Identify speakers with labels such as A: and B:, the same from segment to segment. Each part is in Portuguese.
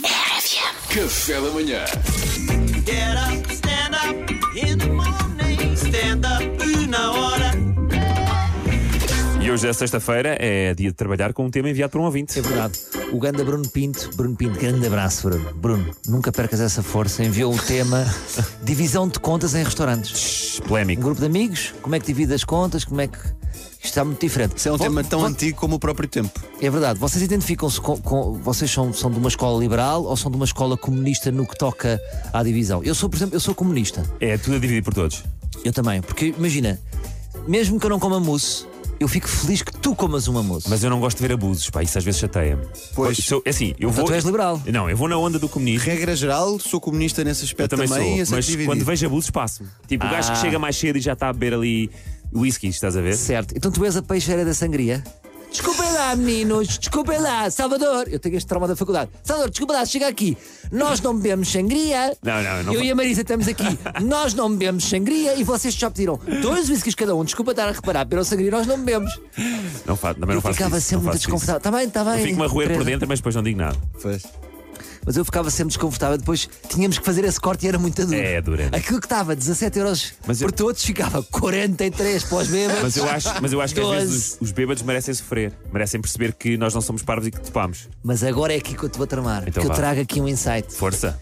A: RFM.
B: Café da manhã.
C: Get up, stand up in the morning. Stand up na hora.
D: E hoje é sexta-feira, é dia de trabalhar com um tema enviado por um ouvinte.
E: É verdade. O ganda Bruno Pinto, Bruno Pinto, grande abraço, Bruno. Bruno, nunca percas essa força. Enviou o tema divisão de contas em restaurantes. Um
D: Polémico.
E: grupo de amigos, como é que divide as contas, como é que. Isto está muito diferente.
F: Isso é um
E: Vo-
F: tema tão
E: vo-
F: antigo como o próprio tempo.
E: É verdade. Vocês identificam-se com. com- vocês são, são de uma escola liberal ou são de uma escola comunista no que toca à divisão? Eu sou, por exemplo, eu sou comunista.
D: É tudo a dividir por todos.
E: Eu também. Porque imagina, mesmo que eu não coma mousse, eu fico feliz que tu comas uma mousse.
D: Mas eu não gosto de ver abusos, pá, isso às vezes chateia-me.
F: Pois.
D: Isso, é assim, eu vou.
E: Então tu és liberal.
D: Não, eu vou na onda do comunismo.
F: Regra geral, sou comunista nesse
D: Eu
F: aspecto
D: também,
F: e
D: sou,
F: aceito
D: mas
F: dividir.
D: quando vejo abusos passo-me. Tipo, o
E: Ah.
D: gajo que chega mais cedo e já está a beber ali whisky, estás a ver?
E: Certo. Então tu és a peixeira da sangria? Desculpem lá, meninos, desculpem lá, Salvador. Eu tenho este trauma da faculdade. Salvador, desculpa lá, chega aqui. Nós não bebemos sangria.
D: Não, não, não
E: Eu
D: fa-
E: e a Marisa estamos aqui. Nós não bebemos sangria e vocês já pediram dois whiskies cada um. Desculpa estar a reparar, beberam sangria nós não bebemos.
D: Não faço, também
E: eu
D: não faço
E: ficava
D: isso,
E: sempre
D: não
E: muito
D: faço isso.
E: desconfortável. Está bem, está bem.
D: Eu Fico-me a roer por
E: Teresa.
D: dentro, mas depois não digo nada.
F: Pois.
E: Mas eu ficava sempre desconfortável. Depois tínhamos que fazer esse corte e era muito duro.
D: É, é duro, é duro.
E: Aquilo que estava 17 euros
D: Mas eu-
E: por todos ficava 43 pós bêbados.
D: Mas eu acho, mas eu acho que às vezes
E: Doze.
D: os, os bêbados merecem sofrer, merecem perceber que nós não somos parvos e que topamos.
E: Mas agora é aqui que eu te vou tramar.
D: Então
E: que
D: vá.
E: eu trago aqui um insight.
D: Força.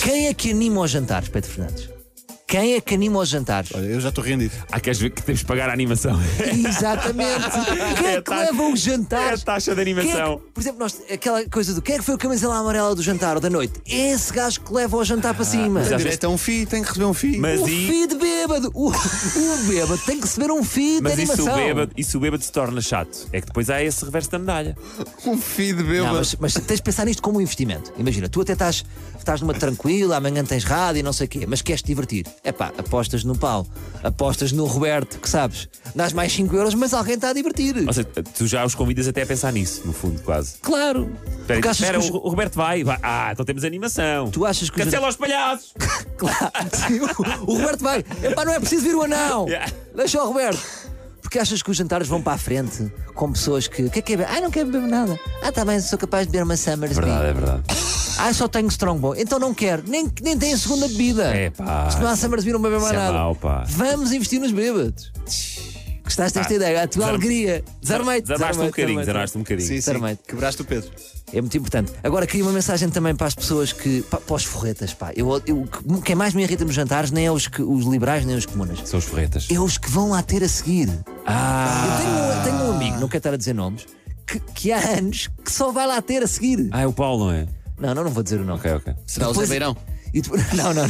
E: Quem é que anima aos jantares, Pedro Fernandes? Quem é que anima aos jantares?
F: Olha, eu já estou rendido.
D: Há que às vezes que temos que pagar a animação.
E: Exatamente. Quem é que leva os
D: tá- É a
E: jantares?
D: taxa de
E: Quem é que-
D: animação.
E: por exemplo, nós, aquela coisa do quem é que foi o camisela amarela do jantar ou da noite? É esse gajo que leva o jantar para cima.
D: às
F: Tem
D: vezes-
F: direito a um FII, tem que receber um FII.
D: é Mas
E: o
D: e-
E: fio de bêbado! O, o bêbado tem que receber um fio de
D: Mas isso o,
E: animação.
D: bêbado, isso o bêbado se torna chato. É que depois há esse reverso da medalha.
F: Um FII de
E: Não,
F: bêbado.
E: mas, mas tens de pensar nisto como um investimento. Imagina, tu até estás, estás numa tranquila, amanhã tens rádio e não sei o quê, mas queres te divertir. É pá, apostas no Paulo, apostas no Roberto, que sabes, dás mais 5 euros, mas alguém está a divertir.
D: Ou seja, tu já os convidas até a pensar nisso, no fundo, quase.
E: Claro.
D: Espera,
E: Porque
D: aí,
E: achas
D: espera,
E: que os-
D: o o Roberto vai, vai. Ah, então temos animação.
E: Tu achas que os-
D: Cancela os palhaços!
E: Claro. Sim, o- o Roberto vai. Epá, não é preciso vir o anão.
D: Yeah.
E: Deixa o Roberto. Porque achas que os jantares vão para a frente com pessoas que. O que é que é? Ah, não quero beber nada. Ah, tá bem, sou capaz de beber uma Summersby.
D: é verdade.
E: Ah, só tenho Strongbow. Então não quero. Nem, nem tenho a segunda bebida.
D: Epá,
E: Se não há Summersby, não bebo mais
D: isso é
E: nada.
D: mau, pá.
E: Vamos investir nos bêbados. Gostaste desta
D: Ah,
E: ideia? A tua
D: desarm-
E: alegria. Desarmei-te.
D: Desarmaste um
E: desarmei-te,
D: bocadinho,
E: desarmei-te.
D: desarmaste um bocadinho.
F: Sim, sim.
E: Termite.
F: Quebraste o Pedro.
E: É muito importante. Agora, queria uma mensagem também para as pessoas que. Para, para os forretas, pá. Eu, eu- quem é mais me irrita nos jantares nem é os, que- os liberais nem os comunas.
D: São os ferretas.
E: É os que vão lá ter a seguir.
D: Ah.
E: Eu tenho, um- tenho um amigo, não quero estar a dizer nomes, que, que há anos que só vai lá ter a seguir.
D: Ah, é o Paulo, não é?
E: Não, não, não vou dizer o nome.
D: Ok, ok.
F: Será o
E: Depois-
F: Zé Beirão?
E: E depois, não, não,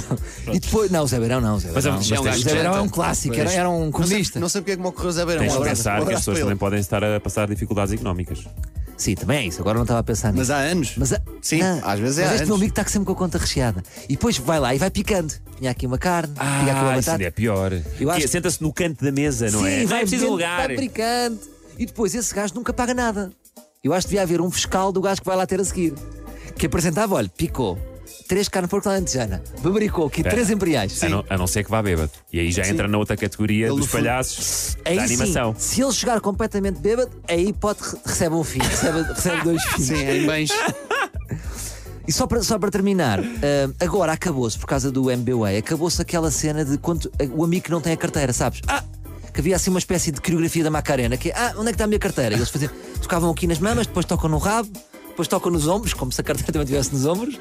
E: não. E depois, não, o Zé Beirão não. O Zé Beirão,
D: Mas é um-
E: não.
D: mas é um
E: o
D: gajo
E: Zé
F: de
E: Beirão é um
F: janta.
E: clássico, era,
F: Pois.
E: era um comunista.
F: Não sei porque é que me ocorreu o Zé Beirão.
D: Tens
F: Um
D: de
F: abraço-
D: pensar
F: um
D: que as
F: abraço
D: pessoas
F: para ele.
D: também podem estar a passar dificuldades económicas.
E: Sim, também é isso. Agora não estava a pensar nisso.
F: Mas há anos.
E: Mas a-
F: Sim,
E: não,
F: às vezes é
E: Mas
F: há
E: este meu
F: anos.
E: amigo está sempre com a conta recheada. E depois vai lá e vai picando. Tinha aqui uma carne, tinha aqui uma
D: Ah, isso ainda
E: batata.
D: é pior.
E: Eu acho
D: Que
E: que-
D: Senta-se no canto da mesa, não
E: Sim,
D: é? Não é
E: vai
D: preciso
E: bebendo,
D: lugar.
E: Vai brincando. E depois esse gajo nunca paga nada. Eu acho que devia haver um fiscal do gajo que vai lá ter a seguir. Que apresentava, olha, picou. Três carne por alentejana. Bebericou aqui
D: Espera.
E: três imperiais.
D: A não, a não ser que vá bêbado. E aí já entra na outra categoria
F: Ele
D: dos
F: foi-
D: palhaços
E: É Aí
D: da
E: sim,
D: animação.
E: se ele chegar completamente bêbado, aí pode re- recebe um filho, recebe, recebe dois filhos.
F: Sim,
D: é
F: em é bens.
E: E só para, só para terminar, ah, agora acabou-se, por causa do MBWay, acabou-se aquela cena de quando ah, o amigo que não tem a carteira, sabes? Ah! Que havia assim uma espécie de coreografia da Macarena, que é, ah, onde é que está a minha carteira? E eles faziam, tocavam aqui nas mamas, depois tocam no rabo, depois tocam nos ombros, como se a carteira também estivesse nos ombros,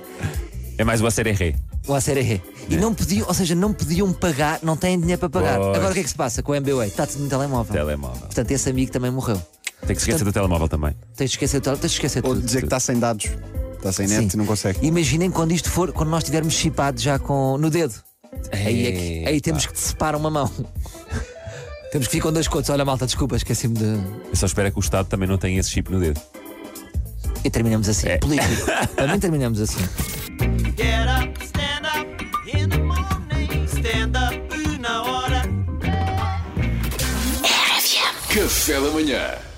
D: É mais uma série rei.
E: ou a série E não podiam, ou seja, não podiam pagar, não têm dinheiro para pagar.
D: É. Pois.
E: Agora o que é que se passa com o MBWay? Está tudo no telemóvel.
D: Telemóvel.
E: Portanto, esse amigo também morreu.
D: Tem que se esquecer do telemóvel também.
E: Tens de esquecer, o tele- tens de esquecer
F: Ou
E: tudo.
F: dizer que está sem dados. Está sem net
E: Sim.
F: e não consegue.
E: Imaginem quando isto for, quando nós tivermos chipado já com, no dedo. Aí, é que- aí
D: Epá.
E: temos que separar uma mão. temos que ficar com dois contos. Olha, malta, desculpa, esqueci-me de.
D: Eu só espero é que o Estado também não tenha esse chip no dedo.
E: E terminamos assim.
D: É.
E: Político. Também terminamos assim.
C: Get up, stand up in the morning. Stand up na hora.
A: RFM.
B: Café da manhã.